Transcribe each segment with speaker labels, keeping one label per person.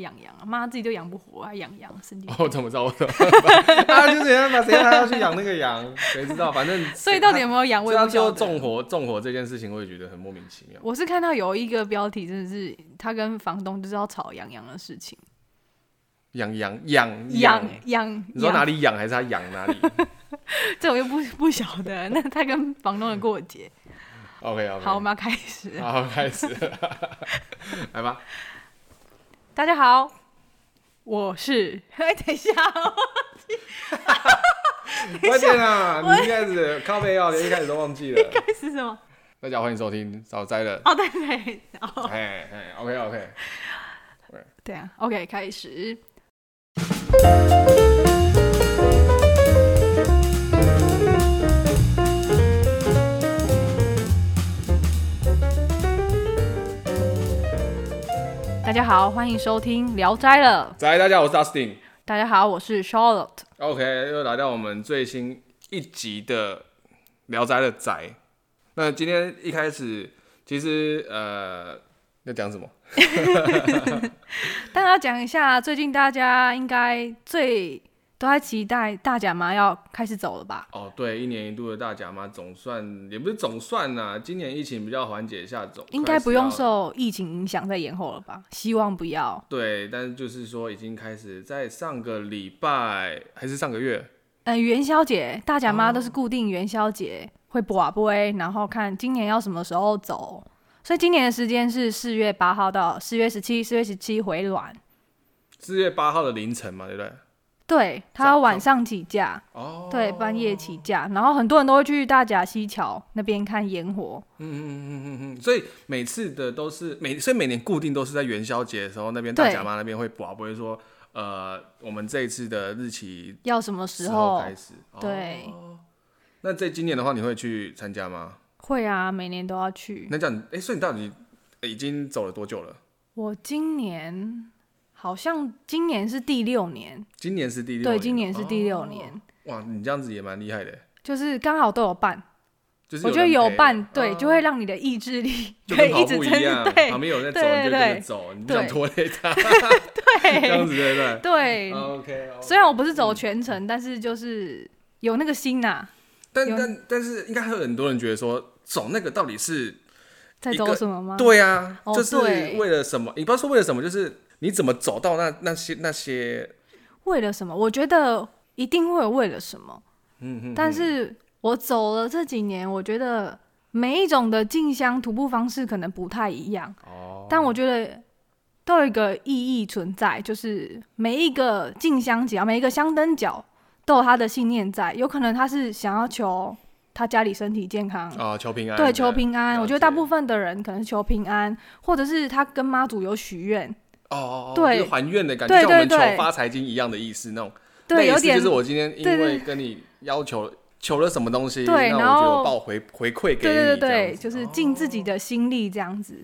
Speaker 1: 养羊啊，妈自己都养不活，还养羊，神经病。
Speaker 2: 哦，我怎么知道？我怎么知道 啊？就怎样把谁拉要去养那个羊，谁知道？反正
Speaker 1: 所以到底有没有养，我也
Speaker 2: 所以他
Speaker 1: 不
Speaker 2: 最
Speaker 1: 晓
Speaker 2: 后
Speaker 1: 得。
Speaker 2: 纵火纵火这件事情，我也觉得很莫名其妙。
Speaker 1: 我是看到有一个标题，真的是他跟房东就是要吵养羊的事情，
Speaker 2: 养羊 养
Speaker 1: 养养
Speaker 2: 你说哪
Speaker 1: 养，
Speaker 2: 里养还是他养哪 里
Speaker 1: 这我又不不晓 得。那他跟房东的过节，
Speaker 2: ？OK OK，
Speaker 1: 好，我们要开始。
Speaker 2: 好，开始， 来吧。
Speaker 1: 大家好，我是， 哎，等一下哦，
Speaker 2: 快点啊！你一开始咖啡哦，连一开始都忘 记了。
Speaker 1: 开始什么？
Speaker 2: 大家欢迎收听《早摘了
Speaker 1: 哦，对对，哦》。，
Speaker 2: 哎哎，OK OK，
Speaker 1: 对啊，OK，开始。大家好，欢迎收听《聊斋了》。
Speaker 2: 来，大家好，我是 Dustin。
Speaker 1: 大家好，我是 Charlotte。
Speaker 2: OK，又来到我们最新一集的《聊斋》的宅。那今天一开始，其实呃，要讲什么？
Speaker 1: 但要讲一下，最近大家应该最都在期待大甲妈要开始走了吧？
Speaker 2: 哦，对，一年一度的大甲妈总算也不是总算啦、今年疫情比较缓解一下，总
Speaker 1: 应该不用
Speaker 2: 开始要
Speaker 1: 受疫情影响再延后了吧？希望不要。
Speaker 2: 对，但是就是说已经开始在上个礼拜还是上个月，
Speaker 1: 呃，元宵节大甲
Speaker 2: 哦
Speaker 1: 妈都是固定元宵节、会卜杯，然后看今年要什么时候走。所以今年的时间是四月八号到四月十七，四月十七回暖。
Speaker 2: 四月八号的凌晨嘛，对不对？
Speaker 1: 对，
Speaker 2: 早
Speaker 1: 他
Speaker 2: 上
Speaker 1: 晚上起价，
Speaker 2: 哦，
Speaker 1: 对，半夜起价，然后很多人都会去大甲溪桥那边看烟火。
Speaker 2: 嗯，所以每次的都是每，所以每年固定都是在元宵节的时候，那边大
Speaker 1: 对
Speaker 2: 甲妈那边会把不会说，呃，我们这一次的日期
Speaker 1: 要什么时
Speaker 2: 时候
Speaker 1: 候？
Speaker 2: 开始。哦
Speaker 1: 对，
Speaker 2: 那在今年的话，你会去参加吗？
Speaker 1: 会啊，每年都要去。
Speaker 2: 那这样，哎、所以你到底诶已经走了多久了？
Speaker 1: 我今年好像今年是第六年，
Speaker 2: 今年是第六年
Speaker 1: 对，今年是第六
Speaker 2: 哦
Speaker 1: 年，
Speaker 2: 哇，你这样子也蛮厉害的，
Speaker 1: 就是刚好都有办。
Speaker 2: 就是
Speaker 1: 我觉得有伴，对，
Speaker 2: 就
Speaker 1: 就会让你的意志力
Speaker 2: 就
Speaker 1: 可
Speaker 2: 跟
Speaker 1: 以一
Speaker 2: 跑
Speaker 1: 直
Speaker 2: 步一
Speaker 1: 撑
Speaker 2: 样，
Speaker 1: 着，对
Speaker 2: 旁边有人在
Speaker 1: 对
Speaker 2: 走，你
Speaker 1: 对对
Speaker 2: 就跟着走，你不想
Speaker 1: 对
Speaker 2: 拖累他，这样
Speaker 1: 对
Speaker 2: 嗯子对不 对？
Speaker 1: 对。
Speaker 2: OK，
Speaker 1: 虽然我不是走全程，但是就是有那个心啊呐，
Speaker 2: 但
Speaker 1: 有
Speaker 2: 但但是应该还有很多人觉得说走那个到底是
Speaker 1: 在
Speaker 2: 一
Speaker 1: 走
Speaker 2: 个
Speaker 1: 什么吗？
Speaker 2: 对啊，
Speaker 1: 哦
Speaker 2: 就是
Speaker 1: 对
Speaker 2: 为了什么？你不知道说为了什么，就是你怎么走到那那些那些，
Speaker 1: 为了什么？我觉得一定会有为了什么。
Speaker 2: 嗯嗯，
Speaker 1: 但是我走了这几年，我觉得每一种的进香徒步方式可能不太一样，
Speaker 2: 哦，
Speaker 1: 但我觉得都有一个意义存在，就是每一个进香角、每一个香灯角都有他的信念在，有可能他是想要求他家里身体健康。
Speaker 2: 啊求平安，
Speaker 1: 对，求平安。
Speaker 2: 了
Speaker 1: 我觉得大
Speaker 2: 解
Speaker 1: 部分的人可能是求平安，或者是他跟妈祖有许愿，
Speaker 2: 哦哦哦，
Speaker 1: 对
Speaker 2: 就是还愿的感觉，
Speaker 1: 对
Speaker 2: 像我们
Speaker 1: 对对
Speaker 2: 求发财金一样的意思那种，
Speaker 1: 对，
Speaker 2: 类
Speaker 1: 有
Speaker 2: 似
Speaker 1: 点
Speaker 2: 就是我今天因
Speaker 1: 对对
Speaker 2: 为跟你要求求了什么东西，
Speaker 1: 对
Speaker 2: 那我
Speaker 1: 然
Speaker 2: 觉得
Speaker 1: 后
Speaker 2: 我报回回馈给你，
Speaker 1: 对对对
Speaker 2: 这样
Speaker 1: 对，
Speaker 2: 子哦
Speaker 1: 就是尽自己的心力这样子。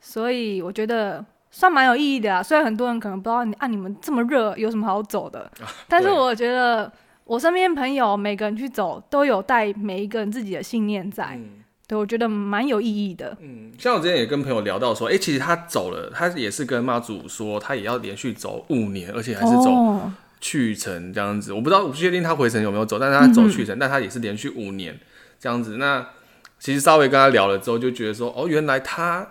Speaker 1: 所以我觉得算蛮有意义的啊。虽然很多人可能不知道你啊，你们这么热有什么好走的，但是
Speaker 2: 啊对
Speaker 1: 我觉得我身边朋友每个人去走都有带每一个人自己的信念在，
Speaker 2: 嗯
Speaker 1: 对我觉得蛮有意义的。
Speaker 2: 嗯，像我之前也跟朋友聊到说，哎、其实他走了，他也是跟妈祖说，他也要连续走五年，而且还是走
Speaker 1: 哦，
Speaker 2: 去程这样子。我不知道，我不确定他回程有没有走，但是他走去程，但他也是连续五年这样子。那其实稍微跟他聊了之后，就觉得说，哦，原来他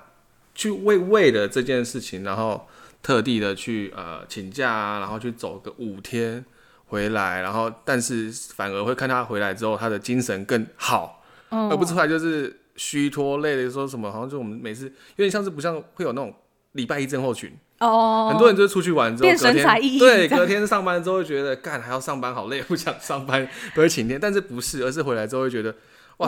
Speaker 2: 去为为了这件事情，然后特地的去呃请假啊，然后去走个五天回来，然后但是反而会看他回来之后，他的精神更好。
Speaker 1: 嗯
Speaker 2: 而不是出来就是虚脱累的，说什么好像就我们每次有点像是不像会有那种礼拜一症候群，
Speaker 1: 哦，
Speaker 2: 很多人就是出去玩之后
Speaker 1: 变
Speaker 2: 隔
Speaker 1: 神采
Speaker 2: 天
Speaker 1: 奕奕
Speaker 2: 对
Speaker 1: 这样
Speaker 2: 隔天上班之后会觉得干还要上班好累，不想上班都会 请天，但是不是，而是回来之后会觉得哇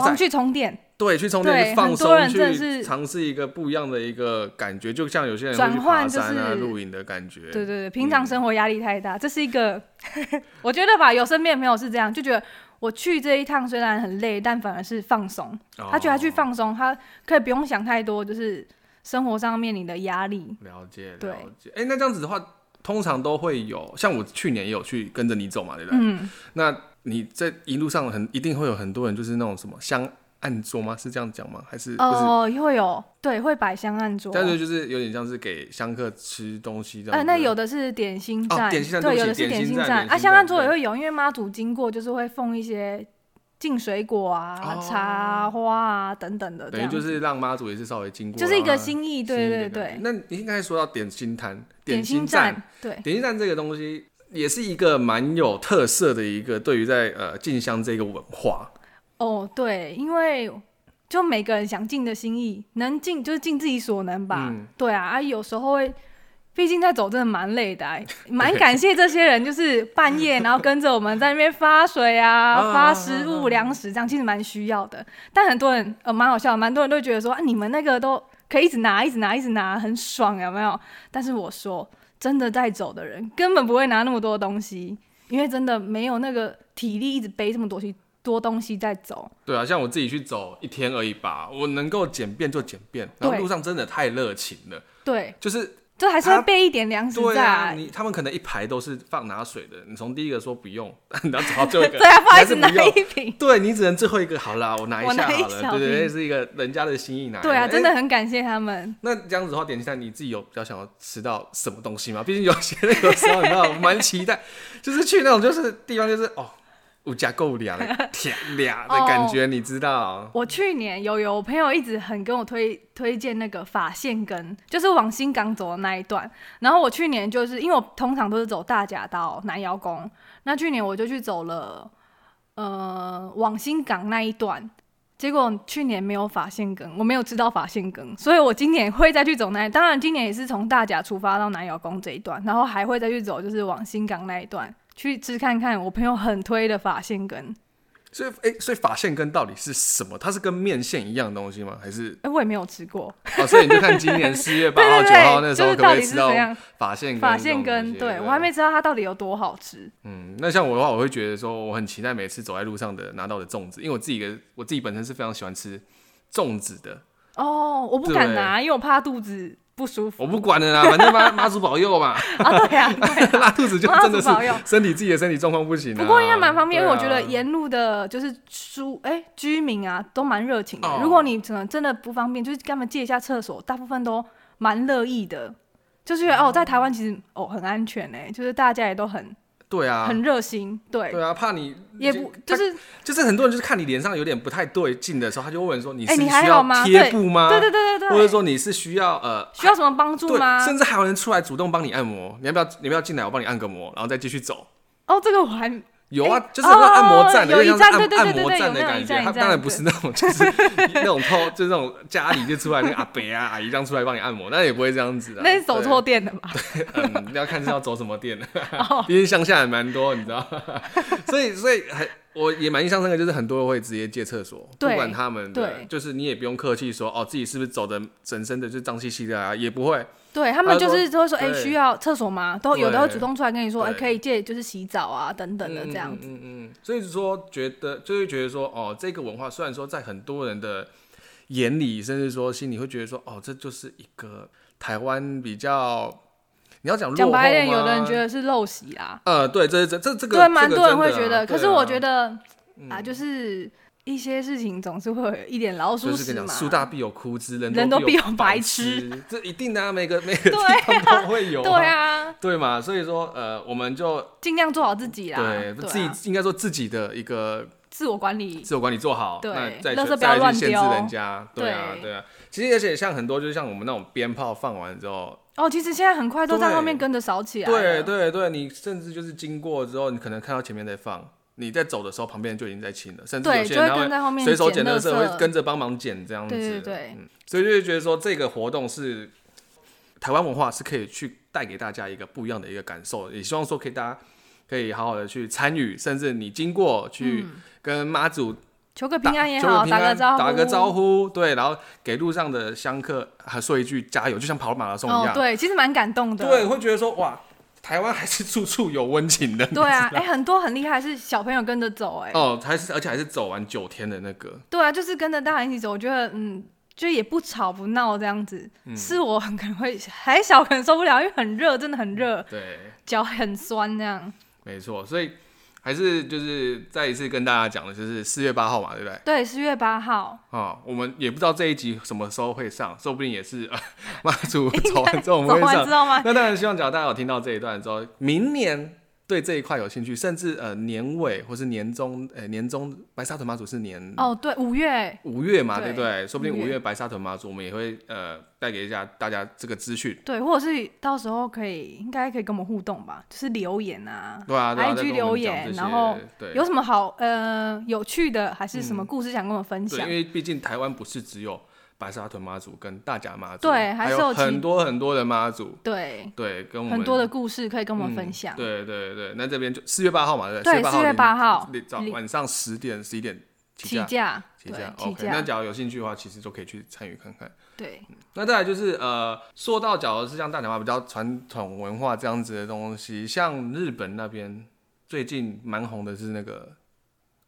Speaker 1: 哦我们
Speaker 2: 塞，
Speaker 1: 去充电，
Speaker 2: 对，去充
Speaker 1: 对
Speaker 2: 电去放
Speaker 1: 很多
Speaker 2: 松，
Speaker 1: 人真的
Speaker 2: 去
Speaker 1: 是
Speaker 2: 尝试一个不一样的一个感觉，就像有些人会
Speaker 1: 转
Speaker 2: 去爬
Speaker 1: 换就
Speaker 2: 山啊、
Speaker 1: 是
Speaker 2: 露营的感觉，
Speaker 1: 对对对，平常生活压力太大，这是一个， 我觉得吧，有身边的朋友是这样，就觉得我去这一趟虽然很累，但反而是放松。
Speaker 2: 哦
Speaker 1: 他觉得他去放松，他可以不用想太多，就是生活上面临的压力。
Speaker 2: 了解
Speaker 1: 对
Speaker 2: 了解，哎、那这样子的话，通常都会有，像我去年也有去跟着你走嘛，对不对？
Speaker 1: 嗯，
Speaker 2: 那你在一路上很一定会有很多人，就是那种什么相暗做吗？是这样讲吗？还是不是？
Speaker 1: 哦，会有对会摆香案桌，
Speaker 2: 但是就是有点像是给香客吃东西这样子。
Speaker 1: 哎，那有的是点心站，
Speaker 2: 哦点心站
Speaker 1: 对，
Speaker 2: 对不起
Speaker 1: 有的是
Speaker 2: 点心
Speaker 1: 心
Speaker 2: 站点
Speaker 1: 啊，
Speaker 2: 心
Speaker 1: 香案桌
Speaker 2: 站
Speaker 1: 也会有，因为妈祖经过就是会奉一些净水果啊、
Speaker 2: 哦
Speaker 1: 茶啊、花啊等等的，这
Speaker 2: 等于
Speaker 1: 样
Speaker 2: 就是让妈祖也是稍微经过，
Speaker 1: 就是一
Speaker 2: 让
Speaker 1: 个
Speaker 2: 她
Speaker 1: 心意，
Speaker 2: 心
Speaker 1: 对
Speaker 2: 意的
Speaker 1: 对
Speaker 2: 感觉
Speaker 1: 对，
Speaker 2: 那你应该说到点心摊、
Speaker 1: 点
Speaker 2: 心
Speaker 1: 心
Speaker 2: 站
Speaker 1: 站，对，
Speaker 2: 点心站这个东西也是一个蛮有特色的一个对于在呃进香这个文化。
Speaker 1: 哦对，因为就每个人想尽的心意，能尽就是尽自己所能吧，
Speaker 2: 嗯
Speaker 1: 对啊，啊有时候会。毕竟在走真的蛮累 的啊、蛮感谢这些人，就是半夜然后跟着我们在那边发水 啊、
Speaker 2: 啊
Speaker 1: 发食物、粮食，这样其实蛮需要的。但很多人呃蛮好笑的，蛮多人都觉得说啊，你们那个都可以一直拿、一直拿、一直拿，很爽，有没有？但是我说，真的在走的人根本不会拿那么多东西，因为真的没有那个体力一直背这么多东西多东西在走。
Speaker 2: 对啊，像我自己去走一天而已吧，我能够简便就简便，
Speaker 1: 对
Speaker 2: 然后路上真的太热情了，
Speaker 1: 对，
Speaker 2: 就是
Speaker 1: 就还是会
Speaker 2: 他
Speaker 1: 备一点粮食
Speaker 2: 对
Speaker 1: 在、
Speaker 2: 啊，你他们可能一排都是放拿水的，你从第一个说不用， 然后走到最 后一个，
Speaker 1: 对啊，不好意思，
Speaker 2: 你还
Speaker 1: 拿
Speaker 2: 是不用
Speaker 1: 一瓶。
Speaker 2: 对你只能最后一个好啦，我拿一
Speaker 1: 我
Speaker 2: 下
Speaker 1: 拿一
Speaker 2: 好了，
Speaker 1: 小
Speaker 2: 对对
Speaker 1: 瓶
Speaker 2: 对，是一个人家的心意拿来。
Speaker 1: 对啊，
Speaker 2: 哎
Speaker 1: 真的很感谢他们。
Speaker 2: 那这样子的话，点心蛋你自己有比较想要吃到什么东西吗？毕竟有些有时候你知道，我蛮期待，就是去那种就是地方就是哦，五家够俩 的甜俩的感觉，你知道？
Speaker 1: 我去年有有朋友一直很跟我推推荐那个法线根，就是往新港走的那一段。然后我去年就是因为我通常都是走大甲到南窑宫，那去年我就去走了呃往新港那一段。结果去年没有法线根，我没有吃到法线根，所以我今年会再去走那。当然，今年也是从大甲出发到南窑宫这一段，然后还会再去走就是往新港那一段去吃看看我朋友很推的法线根。
Speaker 2: 所以哎、所以法线根到底是什么？它是跟面线一样的东西吗？还是
Speaker 1: 哎，我也没有吃过。
Speaker 2: 哦？所以你就看今年四月八 号、
Speaker 1: 对对
Speaker 2: 九
Speaker 1: 对
Speaker 2: 号那时候
Speaker 1: 就是
Speaker 2: 可不可
Speaker 1: 到
Speaker 2: 以
Speaker 1: 底
Speaker 2: 吃
Speaker 1: 是
Speaker 2: 到
Speaker 1: 怎样
Speaker 2: 法线根？
Speaker 1: 法线根，对我还没知道它到底有多好吃。
Speaker 2: 嗯，那像我的话，我会觉得说，我很期待每次走在路上的拿到的粽子，因为我自己的我自己本身是非常喜欢吃粽子的，
Speaker 1: 哦，我不敢拿，因为我怕肚子不舒服
Speaker 2: 我不管了啦，反正妈妈祖保佑嘛，
Speaker 1: 啊。 对啊，对啊
Speaker 2: 拉肚子就真
Speaker 1: 妈
Speaker 2: 的是
Speaker 1: 祖保佑
Speaker 2: 身体自己的身体状况不行、啊。
Speaker 1: 不过应该蛮方便，因
Speaker 2: 对
Speaker 1: 为
Speaker 2: 啊
Speaker 1: 我觉得沿路的就是住哎居民啊都蛮热情的
Speaker 2: 哦。
Speaker 1: 如果你可能真的不方便，就是跟他们借一下厕所，大部分都蛮乐意的。就是觉得哦，在台湾其实哦很安全呢，就是大家也都很
Speaker 2: 对啊，
Speaker 1: 很热心，对，
Speaker 2: 对啊，怕你
Speaker 1: 也不
Speaker 2: 他
Speaker 1: 就是
Speaker 2: 就是很多人就是看你脸上有点不太对劲的时候，他就会问说你
Speaker 1: 哎
Speaker 2: 是
Speaker 1: 你还
Speaker 2: 需
Speaker 1: 好
Speaker 2: 要
Speaker 1: 吗
Speaker 2: 贴布吗？
Speaker 1: 对对对对对，
Speaker 2: 啊或者说你是需要呃
Speaker 1: 需要什么帮助
Speaker 2: 对
Speaker 1: 吗？，
Speaker 2: 甚至还有人出来主动帮你按摩，你要不要你要不要进来我帮你按个摩，然后再继续走。
Speaker 1: 哦，这个我还
Speaker 2: 有啊
Speaker 1: 哎，
Speaker 2: 就是那种按摩
Speaker 1: 哦
Speaker 2: 站的，
Speaker 1: 有一
Speaker 2: 点像是
Speaker 1: 站对对
Speaker 2: 按
Speaker 1: 对
Speaker 2: 按摩
Speaker 1: 对对
Speaker 2: 站
Speaker 1: 有那
Speaker 2: 的
Speaker 1: 种
Speaker 2: 感
Speaker 1: 一
Speaker 2: 觉。
Speaker 1: 站一
Speaker 2: 他
Speaker 1: 站
Speaker 2: 当然不是那种，就是 那种偷，就是那种家里就出来那个阿伯啊、 阿姨这样出来帮你按摩，那也不会这样子啊。
Speaker 1: 那是走
Speaker 2: 对
Speaker 1: 错店了吧？
Speaker 2: 嗯，要看是要走什么 店，
Speaker 1: 哦
Speaker 2: 毕竟乡下也蛮多，你知道， 所以所以很我也蛮印象深刻，就是很多人会直接借厕所，不
Speaker 1: 对
Speaker 2: 管他们的
Speaker 1: 对，
Speaker 2: 就是你也不用客气说哦，自己是不是走的整身的就脏兮兮的啊，也不会，
Speaker 1: 对他们
Speaker 2: 他
Speaker 1: 就
Speaker 2: 说
Speaker 1: 是都会说，哎、
Speaker 2: 对
Speaker 1: 需要厕所吗？都有的会
Speaker 2: 对
Speaker 1: 主动出来跟你说，哎、
Speaker 2: 对
Speaker 1: 可以借就是洗澡啊等等的这样子。
Speaker 2: 嗯嗯嗯嗯所以说觉得就会觉得说哦，这个文化虽然说在很多人的眼里，甚至说心里会觉得说哦，这就是一个台湾比较，你要讲落
Speaker 1: 讲、
Speaker 2: 后
Speaker 1: 白一点，
Speaker 2: 吗
Speaker 1: 有的人觉。得是陋习啦，
Speaker 2: 呃，对，这这啊这这个啊
Speaker 1: 对，蛮多人会觉
Speaker 2: 得，
Speaker 1: 得。可是我觉
Speaker 2: 得。
Speaker 1: 得啊
Speaker 2: 嗯
Speaker 1: 就是一些事情总是会有一点老鼠
Speaker 2: 就是
Speaker 1: 屎
Speaker 2: 跟你
Speaker 1: 嘛。
Speaker 2: 讲，树大必有枯枝，人
Speaker 1: 人都
Speaker 2: 必
Speaker 1: 必有白
Speaker 2: 白
Speaker 1: 痴，
Speaker 2: 这一定的、啊，每个每个地
Speaker 1: 对
Speaker 2: 方都会有、
Speaker 1: 对，啊，
Speaker 2: 对嘛，所以说呃，我们就
Speaker 1: 尽量做好自己啦，
Speaker 2: 对
Speaker 1: 啊
Speaker 2: 自己应该说自己的一个
Speaker 1: 自我管理。
Speaker 2: 自我管理做好，
Speaker 1: 对
Speaker 2: 那再
Speaker 1: 垃圾
Speaker 2: 去
Speaker 1: 不要
Speaker 2: 再
Speaker 1: 乱
Speaker 2: 去限制
Speaker 1: 丢
Speaker 2: 人家，对啊
Speaker 1: 对
Speaker 2: 对啊。其实而且像很多就是像我们那种鞭炮放完之后，
Speaker 1: 哦，其实现在很快都在
Speaker 2: 对
Speaker 1: 后面跟着扫起来
Speaker 2: 对
Speaker 1: 了。
Speaker 2: 对对，你甚至就是经过之后，你可能看到前面在放，你在走的时候旁边就已经在清了，甚至有
Speaker 1: 对
Speaker 2: 些
Speaker 1: 就
Speaker 2: 人
Speaker 1: 会
Speaker 2: 他
Speaker 1: 跟在后面
Speaker 2: 随手
Speaker 1: 捡
Speaker 2: 捡垃
Speaker 1: 垃
Speaker 2: 圾，
Speaker 1: 圾
Speaker 2: 会跟着帮忙捡这样子。
Speaker 1: 对对对
Speaker 2: 嗯，所以就会觉得说这个活动是台湾文化是可以去带给大家一个不一样的一个感受，也希望说可以大家可以好好的去参与，甚至你经过去
Speaker 1: 嗯
Speaker 2: 跟妈祖
Speaker 1: 求个
Speaker 2: 打
Speaker 1: 平安也
Speaker 2: 求个
Speaker 1: 好，
Speaker 2: 平安
Speaker 1: 打个招呼，
Speaker 2: 打个招呼，对，然后给路上的香客还说一句加油，就像跑马拉松一
Speaker 1: 哦，
Speaker 2: 样，
Speaker 1: 对，其实蛮感动的。
Speaker 2: 对，会觉得说哇，台湾还是处处有温情 的。
Speaker 1: 对啊，哎、很多很厉害是小朋友跟着走、哎、
Speaker 2: 哦，还是而且还是走完九天的那个，
Speaker 1: 对啊，就是跟着大人一起走，我觉得嗯，就也不吵不闹这样子。
Speaker 2: 嗯
Speaker 1: 是我很可能会还小，
Speaker 2: 嗯
Speaker 1: 可能受不了，因为很热，真的很热，
Speaker 2: 对，
Speaker 1: 脚很酸这样。
Speaker 2: 没错，所以还是就是再一次跟大家讲的，就是四月八号嘛，对不对？
Speaker 1: 对，四月八号，
Speaker 2: 啊、我们也不知道这一集什么时候会上，说不定也是呃， 妈祖
Speaker 1: 应
Speaker 2: 走
Speaker 1: 该
Speaker 2: 完之后我们
Speaker 1: 走
Speaker 2: 会
Speaker 1: 完
Speaker 2: 上
Speaker 1: 之。后吗？
Speaker 2: 那当然，希望只要大家有听到这一段之后，明年对这一块有兴趣，甚至呃年尾或是年中，呃年中白沙屯妈祖是年
Speaker 1: 哦，对，五月
Speaker 2: 五月嘛，
Speaker 1: 对
Speaker 2: 对不对？说不定
Speaker 1: 五月
Speaker 2: 五月白沙屯妈祖，我们也会呃带给一下大家这个资讯，
Speaker 1: 对，或者是到时候可以，应该可以跟我们互动吧，就是留言啊，
Speaker 2: 对啊，对啊
Speaker 1: IG
Speaker 2: 再跟我们讲
Speaker 1: 留言
Speaker 2: 这些
Speaker 1: 然后
Speaker 2: 对
Speaker 1: 有什么好呃有趣的，还是什么故事想跟我们分
Speaker 2: 嗯对，
Speaker 1: 享
Speaker 2: 因？为毕竟台湾不是只有白沙屯妈祖跟大甲妈祖，
Speaker 1: 对还
Speaker 2: 还
Speaker 1: 是有
Speaker 2: 有
Speaker 1: 其
Speaker 2: 很多很多的妈祖，
Speaker 1: 对，
Speaker 2: 对，跟我们嗯
Speaker 1: 很多的故事可以跟我们分享。
Speaker 2: 对对对，那这边就四月八号嘛，对不
Speaker 1: 对，四月八
Speaker 2: 号
Speaker 1: 号
Speaker 2: 凌，早
Speaker 1: 凌
Speaker 2: 晚上十点十一点起
Speaker 1: 起
Speaker 2: 价
Speaker 1: 价，对，
Speaker 2: 价
Speaker 1: 起
Speaker 2: ，OK。那
Speaker 1: 价，
Speaker 2: 假如有兴趣的话，其实都可以去参与看看。
Speaker 1: 对，
Speaker 2: 那再来就是呃，说到假如是像大甲妈比较传统文化这样子的东西，像日本那边最近蛮红的是那个。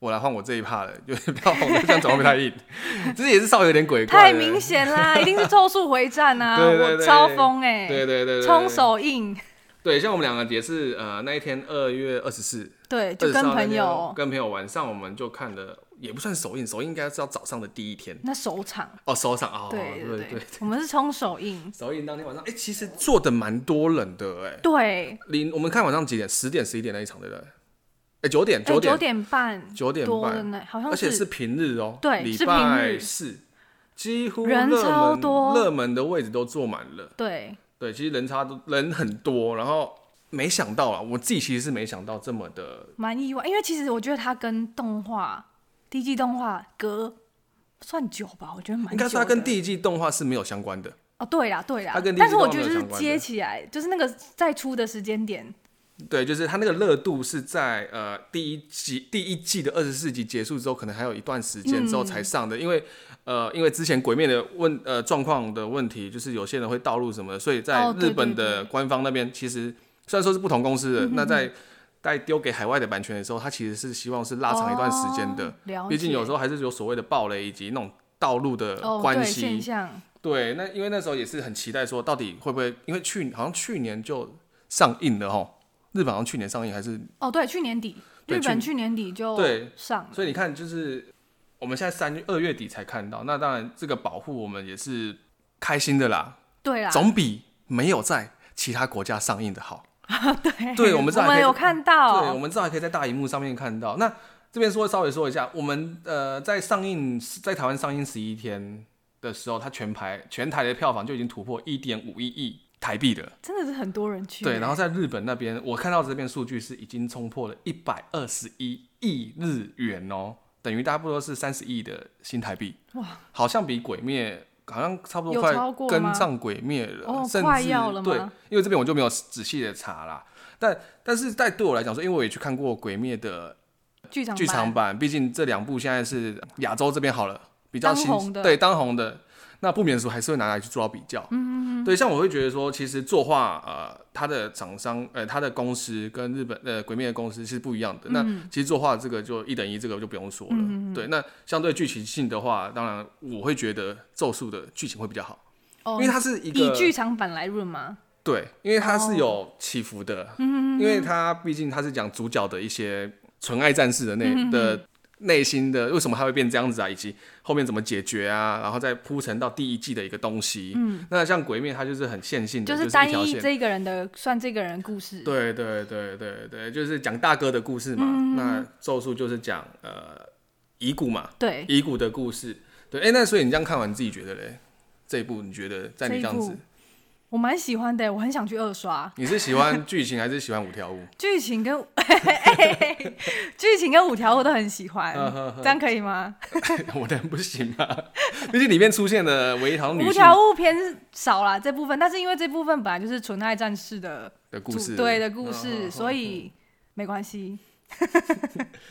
Speaker 2: 我来换我这一趴了，有点比较红的，这样转换不太硬， 这也是稍微有点鬼怪
Speaker 1: 太
Speaker 2: 的。
Speaker 1: 明显 啦，一定是咒术回战啊，
Speaker 2: 对对
Speaker 1: 我
Speaker 2: 对
Speaker 1: 超疯哎，
Speaker 2: 对对对对，对
Speaker 1: 冲。手印，
Speaker 2: 对，像我们两个也是呃那一天二月二十四，
Speaker 1: 对，就跟
Speaker 2: 23
Speaker 1: 朋
Speaker 2: 那天
Speaker 1: 友
Speaker 2: 跟朋友晚上我们就看了，也不算首映，首映应该是要早上的第一天
Speaker 1: 那首场，
Speaker 2: 哦，首场哦，
Speaker 1: 对
Speaker 2: 对
Speaker 1: 对，我们是冲手印，
Speaker 2: 首映当天晚上，哎、其实坐的蛮多人的哎，
Speaker 1: 对，
Speaker 2: 零我们看晚上几点？十点十一点那一场对不对？哎，九点
Speaker 1: 哎，
Speaker 2: 九
Speaker 1: 九
Speaker 2: 点
Speaker 1: 点半
Speaker 2: 九点
Speaker 1: 多的
Speaker 2: 半，
Speaker 1: 那，好
Speaker 2: 而
Speaker 1: 像
Speaker 2: 且是平日哦，
Speaker 1: 对
Speaker 2: 礼
Speaker 1: 是平
Speaker 2: 拜
Speaker 1: 日
Speaker 2: 四，几乎
Speaker 1: 人
Speaker 2: 热
Speaker 1: 超
Speaker 2: 门
Speaker 1: 多
Speaker 2: 热门的位置都坐满了。
Speaker 1: 对，
Speaker 2: 对，其实人差都人很多，然后没想到啊，我自己其实是没想到这么的
Speaker 1: 蛮意外，因为其实我觉得它跟动画第一季动画隔算久吧，我觉得蛮久的。
Speaker 2: 应该说它跟第一季动画是没有相关的。
Speaker 1: 哦，对啦对啦，
Speaker 2: 它跟第一季
Speaker 1: 但是我觉得就是
Speaker 2: 动画没
Speaker 1: 接
Speaker 2: 有相关的
Speaker 1: 起来，就是那个再出的时间点，
Speaker 2: 对，就是它那个热度是在呃第一集第一季的二十四集结束之后，可能还有一段时间之后
Speaker 1: 嗯
Speaker 2: 才上的，因为呃因为之前鬼灭的问呃状况的问题，就是有些人会盗录什么的，所以在
Speaker 1: 哦对
Speaker 2: 日
Speaker 1: 对
Speaker 2: 本
Speaker 1: 嗯
Speaker 2: 的
Speaker 1: 对
Speaker 2: 官方那边其实虽然说是不同公司的，那在在丢给海外的版权的时候，它其实是希望是拉长一段时间的，
Speaker 1: 哦了解，
Speaker 2: 毕竟有时候还是有所谓的暴雷以及那种道路的
Speaker 1: 哦
Speaker 2: 关
Speaker 1: 对
Speaker 2: 系
Speaker 1: 现。象，
Speaker 2: 对，那因为那时候也是很期待说，到底会不会因为去好像去年就上映了哈，日本好像去年上映还是
Speaker 1: 哦对，去年底
Speaker 2: 对
Speaker 1: 日本去年底就
Speaker 2: 对
Speaker 1: 上了，
Speaker 2: 所以你看，就是我们现在三月二月底才看到，那当然这个保护我们也是开心的啦，
Speaker 1: 对啊啦，
Speaker 2: 总比没有在其他国家上映的好。
Speaker 1: 对
Speaker 2: 对我们这还可以
Speaker 1: 有看
Speaker 2: 对，
Speaker 1: 到
Speaker 2: 我，们至少还可以在大荧幕上面看到。那这边说稍微说一下，我们呃在上映在台湾上映十一天的时候，它全排全台的票房就已经突破一点五亿亿台币了。
Speaker 1: 真的是很多人去欸，
Speaker 2: 对，然后在日本那边，我看到这边数据是已经冲破了一百二十一亿日元哦，等于差不多是三十亿的新台币。
Speaker 1: 哇，
Speaker 2: 好像比《鬼灭》好像差不多
Speaker 1: 有
Speaker 2: 快
Speaker 1: 超过
Speaker 2: 跟
Speaker 1: 吗
Speaker 2: 上《鬼灭》了，
Speaker 1: 哦
Speaker 2: 甚
Speaker 1: 快
Speaker 2: 至
Speaker 1: 要了
Speaker 2: 对
Speaker 1: 吗，
Speaker 2: 因为这边我就没有仔细的查啦。但但是在对我来讲说，因为我也去看过《鬼灭》的
Speaker 1: 剧场
Speaker 2: 剧场
Speaker 1: 版
Speaker 2: 版，毕竟这两部现在是亚洲这边好了，比较
Speaker 1: 当
Speaker 2: 新
Speaker 1: 红的
Speaker 2: 对当红的，那不免俗还是会拿来去做到比较。嗯嗯嗯。对，像我会觉得说，其实作画呃，它的厂商呃，它的公司跟日本呃《鬼灭》的公司是不一
Speaker 1: 嗯
Speaker 2: 样的。那其实作画这个就一等一，这个就不用说了。对，那相对剧情性的话，当然我会觉得《咒术》的剧情会比较好，
Speaker 1: 哦
Speaker 2: 因为它是一
Speaker 1: 以
Speaker 2: 个
Speaker 1: 剧场版来论吗？
Speaker 2: 对，因为它
Speaker 1: 哦
Speaker 2: 是有起伏的，
Speaker 1: 嗯
Speaker 2: 因为它毕竟它是讲主角的一些纯爱战士
Speaker 1: 嗯
Speaker 2: 的内、的内心的为什么他会变这样子啊，以及后面怎么解决啊，然后再铺陈到第一季的一个东西。嗯，那像鬼灭它就是很线性的，
Speaker 1: 就
Speaker 2: 就是是
Speaker 1: 单
Speaker 2: 一条
Speaker 1: 一
Speaker 2: 线。
Speaker 1: 这个人的算这个人故事，
Speaker 2: 对对对对对，就是讲大哥的故事嘛。
Speaker 1: 嗯
Speaker 2: 那咒术就是讲呃遗骨嘛，
Speaker 1: 对，
Speaker 2: 遗骨的故事。对，哎、那所以你这样看完，你自己觉得嘞？这一部你觉得在你这样
Speaker 1: 这一
Speaker 2: 子
Speaker 1: 部，我蛮喜欢的，我很想去二刷
Speaker 2: 你是喜欢剧情还是喜欢五条悟？
Speaker 1: 剧情跟 剧情跟五条我都很喜欢
Speaker 2: 呵呵，
Speaker 1: 这样可以吗？
Speaker 2: 我能不行吗？ 毕竟里面出现了唯一好像女
Speaker 1: 五
Speaker 2: 性
Speaker 1: 条悟偏少啦这部分，但是因为这部分本来就是纯爱战士的
Speaker 2: 的
Speaker 1: 主
Speaker 2: 故事，
Speaker 1: 对的故事，
Speaker 2: 嗯
Speaker 1: 所以没关系。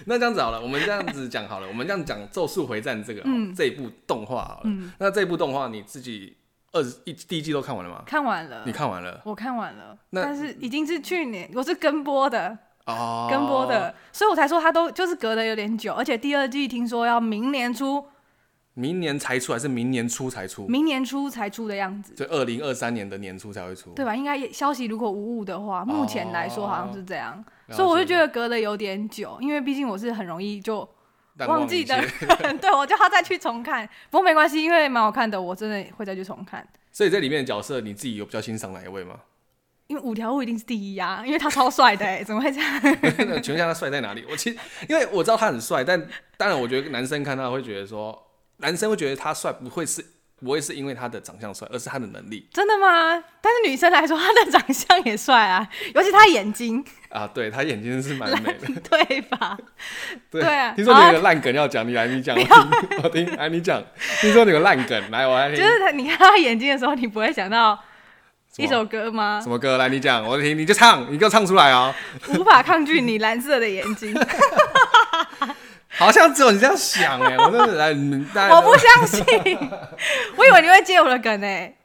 Speaker 2: 那这样子好了，我们这样子讲好了，我们这样讲《咒术回战》这个、哦
Speaker 1: 嗯
Speaker 2: 这一部动画好了。那这部动画你自己二十一第一季都看完了吗？
Speaker 1: 看完了
Speaker 2: 你，看完了
Speaker 1: 我看完了，
Speaker 2: 那
Speaker 1: 但是已经是去年，我是跟播的，
Speaker 2: 哦，
Speaker 1: 跟播的，所以我才说它都就是隔得有点久，而且第二季听说要明年初
Speaker 2: 明年才出还是明年初才出？
Speaker 1: 明年初才出的样子，
Speaker 2: 就二零二三年的年初才会出。
Speaker 1: 对吧？应该也消息如果无误的话，目前来说好像是这样，
Speaker 2: 哦了解
Speaker 1: 所以我就觉得隔了有点久，因为毕竟我是很容易就
Speaker 2: 淡
Speaker 1: 忘
Speaker 2: 一
Speaker 1: 记
Speaker 2: 切
Speaker 1: 的人， 对我就要再去重看。不过没关系，因为蛮好看的，我真的会再去重看。
Speaker 2: 所以在里面的角色，你自己有比较欣赏哪一位吗？
Speaker 1: 因为五条悟一定是第一呀、因为他超帅的、欸，怎么会这样？
Speaker 2: 那请问一下他帅在哪里？我 其实因为我知道他很帅，但当然我觉得男生看他会觉得说，男生会觉得他帅不会是不会是因为他的长相帅，而是他的能力
Speaker 1: 真的吗？但是女生来说，她的长相也帅啊， 尤其她眼睛，
Speaker 2: 啊。对他眼睛是蛮美的。
Speaker 1: 对吧？
Speaker 2: 对，
Speaker 1: 对啊
Speaker 2: 听说你有个烂梗要讲，你来你讲，我听我听，来你讲。听说你有个烂梗，来我来听
Speaker 1: 就。是她，你看她眼睛的时候，你不会想到
Speaker 2: 什么
Speaker 1: 一首歌吗
Speaker 2: 什？么歌？来你讲，我听，你就唱，你给我唱出来哦。
Speaker 1: 无法抗拒你蓝色的眼 睛，
Speaker 2: 好像只有你这样想哎、我真的来，你们大家
Speaker 1: 我
Speaker 2: 都
Speaker 1: 不相 信，我以为你会接我的梗诶、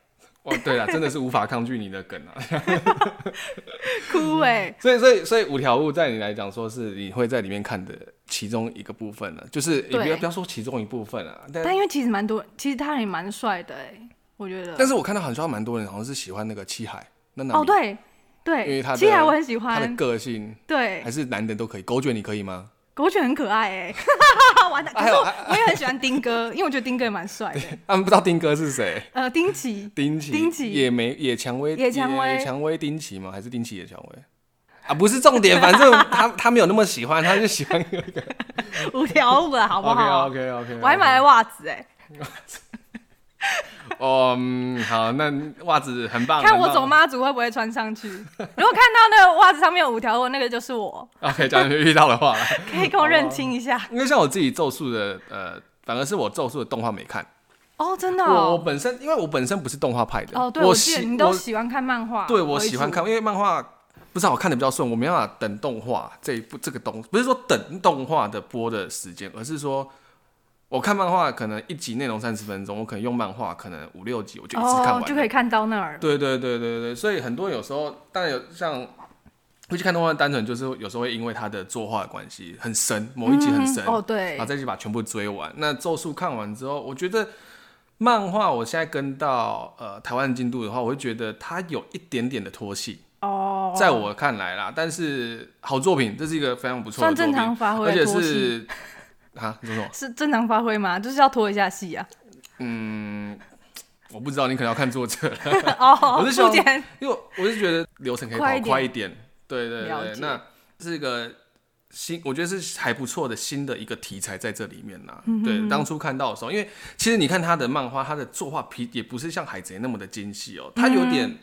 Speaker 2: 哦，对了，真的是无法抗拒你的梗啊。
Speaker 1: 哭欸诶、
Speaker 2: 所以，所以，所以五条悟在你来讲，说是你会在里面看的其中一个部分呢、就是也不
Speaker 1: 对
Speaker 2: 要不要说其中一部分啊，但
Speaker 1: 但因为其实蛮多，其实他也蛮帅的诶、欸我觉得
Speaker 2: 但。是我看到很像蛮多人好像是喜欢那个七海，那哪里
Speaker 1: 哦，，对
Speaker 2: 因为
Speaker 1: 对
Speaker 2: 他，的
Speaker 1: 七海我很喜
Speaker 2: 他的哎
Speaker 1: 欢，
Speaker 2: 个性
Speaker 1: 对
Speaker 2: 还是男的都可以，狗卷你可以吗？
Speaker 1: 狗犬很可爱哎、 完蛋！可
Speaker 2: 还
Speaker 1: 是
Speaker 2: 有
Speaker 1: 我我也很喜欢丁哥，因为我觉得丁哥也蛮帅的。
Speaker 2: 他啊们不知道丁哥是谁，
Speaker 1: 呃，丁奇，
Speaker 2: 丁奇，
Speaker 1: 丁奇
Speaker 2: 野梅野蔷薇，
Speaker 1: 野蔷薇
Speaker 2: 野蔷薇丁奇吗？还是丁奇野蔷薇？啊，不是 重点，反正他他没有那么喜欢，他就喜欢。
Speaker 1: 五条悟了，好不好
Speaker 2: OK OK OK，
Speaker 1: 我还买了袜子哎、
Speaker 2: 哦，嗯，好，那袜子很棒。
Speaker 1: 看
Speaker 2: 很
Speaker 1: 我
Speaker 2: 棒
Speaker 1: 走妈祖会不会穿上去。如果看到那个袜子上面有五条悟，那个就是 我，
Speaker 2: ？OK，这样就遇到的话了。
Speaker 1: 可以跟我认清一下。
Speaker 2: 因为像我自己咒术的，呃，反而是我咒术的动画没看。
Speaker 1: 哦，真的
Speaker 2: 我我
Speaker 1: 哦。
Speaker 2: 本身因为我本身不是动画派的，
Speaker 1: 哦，对，
Speaker 2: 我
Speaker 1: 我记得
Speaker 2: 喜
Speaker 1: 你都
Speaker 2: 我
Speaker 1: 喜欢看漫画为主，
Speaker 2: 对我喜欢看，因为漫画不知道我看的比较顺，我没办法等动画这一部这个东，不是说等动画的播的时间，而是说。我看漫画可能一集内容三十分钟，我可能用漫画可能五六集我就一次看完
Speaker 1: 哦
Speaker 2: 了，
Speaker 1: 就可以看到那儿。
Speaker 2: 对对对对对，所以很多有时候，当然有像会去看动画，单纯就是有时候会因为他的作画的关系很深，某一集很深，
Speaker 1: 嗯哦，对
Speaker 2: 然后，再去把全部追完。那咒术看完之后，我觉得漫画我现在跟到呃台湾进度的话，我会觉得它有一点点的拖戏，
Speaker 1: 哦，
Speaker 2: 在我看来啦，但是好作品，这是一个非常不错的
Speaker 1: 算
Speaker 2: 作
Speaker 1: 正
Speaker 2: 品，
Speaker 1: 常发挥，
Speaker 2: 而且
Speaker 1: 拖戏
Speaker 2: 是啊，你说什么？
Speaker 1: 是正常发挥吗？就是要拖一下戏啊。
Speaker 2: 我不知道，你可能要看作者，
Speaker 1: 哦，
Speaker 2: 我是希
Speaker 1: 初
Speaker 2: 望
Speaker 1: 见
Speaker 2: 因为我是觉得流程可以跑
Speaker 1: 快
Speaker 2: 快
Speaker 1: 一
Speaker 2: 一
Speaker 1: 点
Speaker 2: 点，对对
Speaker 1: 了
Speaker 2: 对，
Speaker 1: 解
Speaker 2: 那是一个新，我觉得是还不错的新的一个题材在这里面啦。
Speaker 1: 嗯
Speaker 2: 对，当初看到的时候，因为其实你看他的漫画，他的作画皮也不是像海贼那么的精细哦，他有点
Speaker 1: 嗯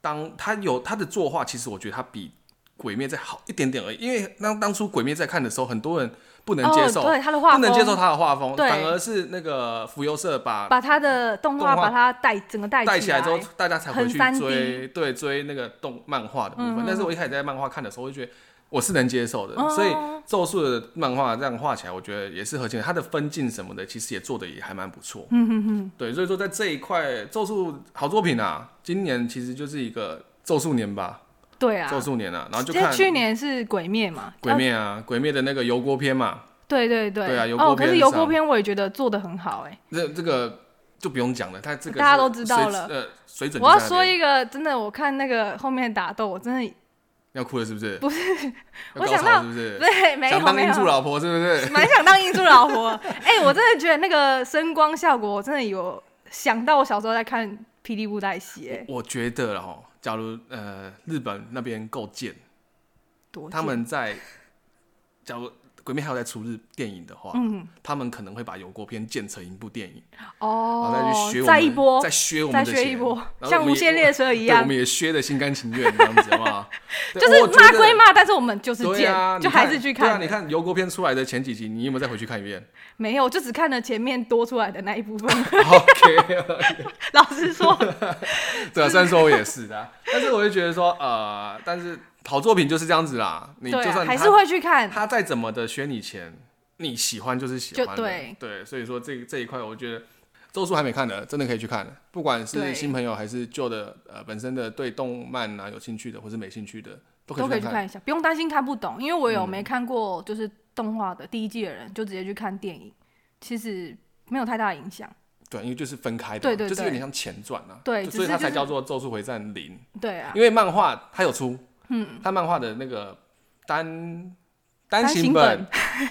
Speaker 2: 当他有他的作画，其实我觉得他比鬼灭再好一点点而已。因为当当初鬼灭在看的时候，很多人不能接受，
Speaker 1: 哦、对他的画
Speaker 2: 不
Speaker 1: 风，
Speaker 2: 能接受他的画风，
Speaker 1: 对
Speaker 2: 反而是那个浮游社把
Speaker 1: 把他的动画
Speaker 2: 动画
Speaker 1: 把它带整个带
Speaker 2: 带
Speaker 1: 起
Speaker 2: 起来之后，大家才回去
Speaker 1: 很 3D
Speaker 2: 追，对追那个动漫画的部
Speaker 1: 嗯
Speaker 2: 分。
Speaker 1: 嗯嗯
Speaker 2: 但是我一开始在漫画看的时候，我就觉得我是能接受的，
Speaker 1: 哦
Speaker 2: 所以咒术的漫画这样画起来，我觉得也是合情的。它的分镜什么的，其实也做的也还蛮不错。嗯哼哼，对，所以说在这一块，咒术好作品啊，今年其实就是一个咒术年吧，
Speaker 1: 对啊，
Speaker 2: 咒术年啊，然后就
Speaker 1: 因为
Speaker 2: 看
Speaker 1: 去年是鬼灭嘛，
Speaker 2: 鬼
Speaker 1: 啊
Speaker 2: 灭啊，鬼灭的那个油锅篇嘛，
Speaker 1: 对对对，
Speaker 2: 对啊油锅
Speaker 1: 哦，可
Speaker 2: 片
Speaker 1: 是油
Speaker 2: 上
Speaker 1: 锅片我也觉得做的很好哎、
Speaker 2: 这这个就不用讲了，它这个
Speaker 1: 大家
Speaker 2: 是
Speaker 1: 都知道
Speaker 2: 水
Speaker 1: 了
Speaker 2: 呃，水准就
Speaker 1: 我要
Speaker 2: 在那
Speaker 1: 说
Speaker 2: 边
Speaker 1: 一个真的，我看那个后面的打斗，我真的
Speaker 2: 要哭了是不是？
Speaker 1: 不是，
Speaker 2: 要
Speaker 1: 我
Speaker 2: 高
Speaker 1: 想
Speaker 2: 潮
Speaker 1: 到
Speaker 2: 是不 是？
Speaker 1: 对没有
Speaker 2: 想当
Speaker 1: 没
Speaker 2: 英柱
Speaker 1: 有，
Speaker 2: 老婆是不 是？
Speaker 1: 蛮想当英柱老婆。哎、我真的觉得那个声光效果，我真的有想到我小时候在看《霹雳布袋戏》哎，
Speaker 2: 我觉得了哈，假如呃日本那边够贱，
Speaker 1: 多
Speaker 2: 他
Speaker 1: 贱
Speaker 2: 们在假如《鬼灭》还有在出日电影的话，
Speaker 1: 嗯
Speaker 2: 他们可能会把油锅片建成一部电影，然后再去
Speaker 1: 哦
Speaker 2: 学我，们
Speaker 1: 再
Speaker 2: 的
Speaker 1: 一波
Speaker 2: 再削我
Speaker 1: 再
Speaker 2: 们的
Speaker 1: 学一
Speaker 2: 钱，
Speaker 1: 波，
Speaker 2: 然后
Speaker 1: 像无
Speaker 2: 我们也
Speaker 1: 限列车一
Speaker 2: 对，我
Speaker 1: 样
Speaker 2: 们，也削的心甘情愿这样子，好不好？对
Speaker 1: 就是
Speaker 2: 我觉
Speaker 1: 骂
Speaker 2: 得
Speaker 1: 归骂，但是我们就是
Speaker 2: 对
Speaker 1: 见，
Speaker 2: 啊，
Speaker 1: 就
Speaker 2: 你
Speaker 1: 还是去
Speaker 2: 对啊，
Speaker 1: 看。
Speaker 2: 你看油锅片出来的前几集，你有没有再回去看一遍
Speaker 1: 没有，就只看了前面多出来的那一部分。
Speaker 2: ？OK，
Speaker 1: 老实说，
Speaker 2: 对啊，虽然说我也是的啊，但是我就觉得说，呃，但是好作品就是这样子啦，你就
Speaker 1: 对、啊，
Speaker 2: 算
Speaker 1: 还
Speaker 2: 它
Speaker 1: 是会去看。
Speaker 2: 他再怎么的削你钱，你喜欢就是喜欢的，
Speaker 1: 就对
Speaker 2: 所以说这这一块，我觉得《咒术》还没看的，真的可以去看的，不管是
Speaker 1: 对
Speaker 2: 新朋友还是旧的，呃，本身的对动漫啊有兴趣的，或是没兴趣的，都可以
Speaker 1: 都可以去
Speaker 2: 去看嗯看。
Speaker 1: 看一下，不用担心看不懂，因为我有没看过就是动画的第一季的人，就直接去看电影，其实没有太大影响。
Speaker 2: 对，因为就是分开的
Speaker 1: 对
Speaker 2: 嘛，
Speaker 1: 对
Speaker 2: 就是
Speaker 1: 对
Speaker 2: 有点像前传啊，
Speaker 1: 对
Speaker 2: 就
Speaker 1: 只
Speaker 2: 所以
Speaker 1: 是
Speaker 2: 它
Speaker 1: 就
Speaker 2: 才
Speaker 1: 是
Speaker 2: 叫做《咒术回战零》，
Speaker 1: 对啊，
Speaker 2: 因为漫画它有出，嗯，它漫画的那个单单行
Speaker 1: 行
Speaker 2: 本，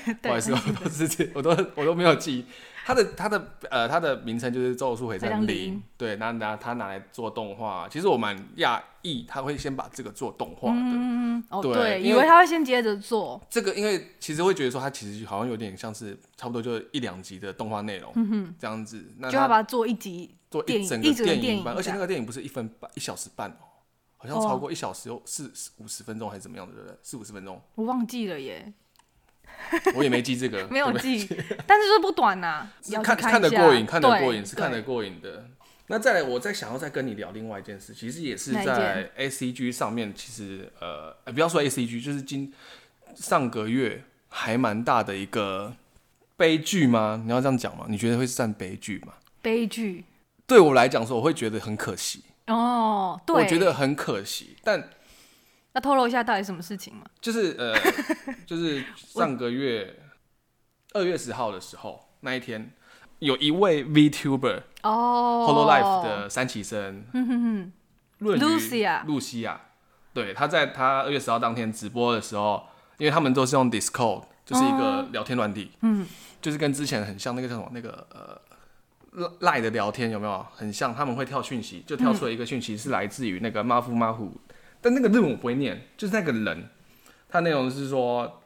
Speaker 2: 不
Speaker 1: 对
Speaker 2: 好意思，
Speaker 1: 单行
Speaker 2: 我都是 我都我都没有记忆。它的它的呃它的名称就是《咒术回
Speaker 1: 回
Speaker 2: 战
Speaker 1: 战
Speaker 2: 零》
Speaker 1: 零，
Speaker 2: 对，拿拿它拿来做动画，其实我蛮讶异，他会先把这个做动画的。
Speaker 1: 嗯，哦
Speaker 2: 对因为
Speaker 1: 以为他会先接着做，
Speaker 2: 这个因为其实会觉得说，它其实好像有点像是差不多就一两集的动画内容，嗯这样子，那
Speaker 1: 就
Speaker 2: 它
Speaker 1: 要把它做一集，
Speaker 2: 做
Speaker 1: 电
Speaker 2: 一
Speaker 1: 影
Speaker 2: 整
Speaker 1: 一
Speaker 2: 个
Speaker 1: 整个电
Speaker 2: 影
Speaker 1: 影
Speaker 2: 版，而
Speaker 1: 这
Speaker 2: 且
Speaker 1: 样
Speaker 2: 那个电影不是一分半一小时半哦，好像
Speaker 1: 哦
Speaker 2: 超过一小时有四五十分钟还是怎么样的，对不对？四五十分钟，
Speaker 1: 我忘记了耶，
Speaker 2: 我也没记这个，
Speaker 1: 没有
Speaker 2: 对不对
Speaker 1: 记，但是就是不短呐，
Speaker 2: 是
Speaker 1: 要去
Speaker 2: 看
Speaker 1: 看
Speaker 2: 看得
Speaker 1: 一下
Speaker 2: 过瘾，看得
Speaker 1: 对
Speaker 2: 过瘾是看得
Speaker 1: 对
Speaker 2: 过瘾的。那再来，我再想要再跟你聊另外一件事，其实也是
Speaker 1: 哪一
Speaker 2: 在 A C G 上面，其实呃，呃不要说 A C G，就是今上个月还蛮大的一个悲剧吗？你要这样讲吗？你觉得会算悲剧吗？
Speaker 1: 悲剧
Speaker 2: 对我来讲说，我会觉得很可惜，
Speaker 1: 哦，对，
Speaker 2: 我觉得很可惜，但
Speaker 1: 要透露一下到底什么事情嘛？
Speaker 2: 就是呃， 就是上个月二月十号的时候那一天，有一位 VTuber
Speaker 1: 哦嗯
Speaker 2: Hololive 的三崎生，论语
Speaker 1: Lucia
Speaker 2: 露西亚，对，他在他二月十号当天直播的时候，因为他们都是用 Discord，就是一个
Speaker 1: 哦
Speaker 2: 聊天软体，嗯，就是跟之前很像那个叫什么那个呃。赖赖的聊天有没有很像？他们会跳讯息，就跳出了一个讯息
Speaker 1: 嗯
Speaker 2: 是来自于那个马夫马虎，但那个日文我不会念，就是那个人，他内容是说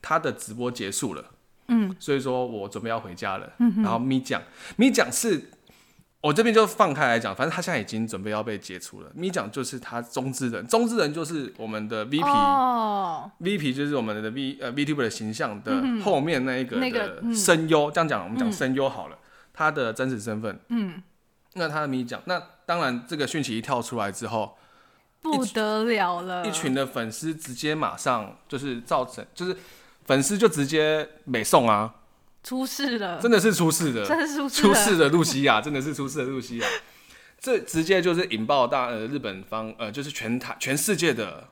Speaker 2: 他的直播结束了，嗯，所以说我准备要回家了，
Speaker 1: 嗯
Speaker 2: 然后咪酱，咪酱是我这边就放开来讲，反正他现在已经准备要被解除了。咪讲就是他中之人，中之人就是我们的 VP，VP、
Speaker 1: 哦，
Speaker 2: VP 就是我们的 V 呃 VTuber 的形象的后面那一个
Speaker 1: 嗯那个
Speaker 2: 的
Speaker 1: 嗯
Speaker 2: 声优。这样讲，我们讲声优好了，他的真实身份。
Speaker 1: 嗯，
Speaker 2: 那他的咪讲，那当然这个讯息一跳出来之后，
Speaker 1: 不得了了，
Speaker 2: 一群的粉丝直接马上就是造成，就是粉丝就直接美送啊，
Speaker 1: 出事了，
Speaker 2: 真的是出事的，
Speaker 1: 真的是出事
Speaker 2: 出
Speaker 1: 了，
Speaker 2: 事的露西亚，真的是出事的露西亚，这直接就是引爆大呃日本方呃就是全台全世界的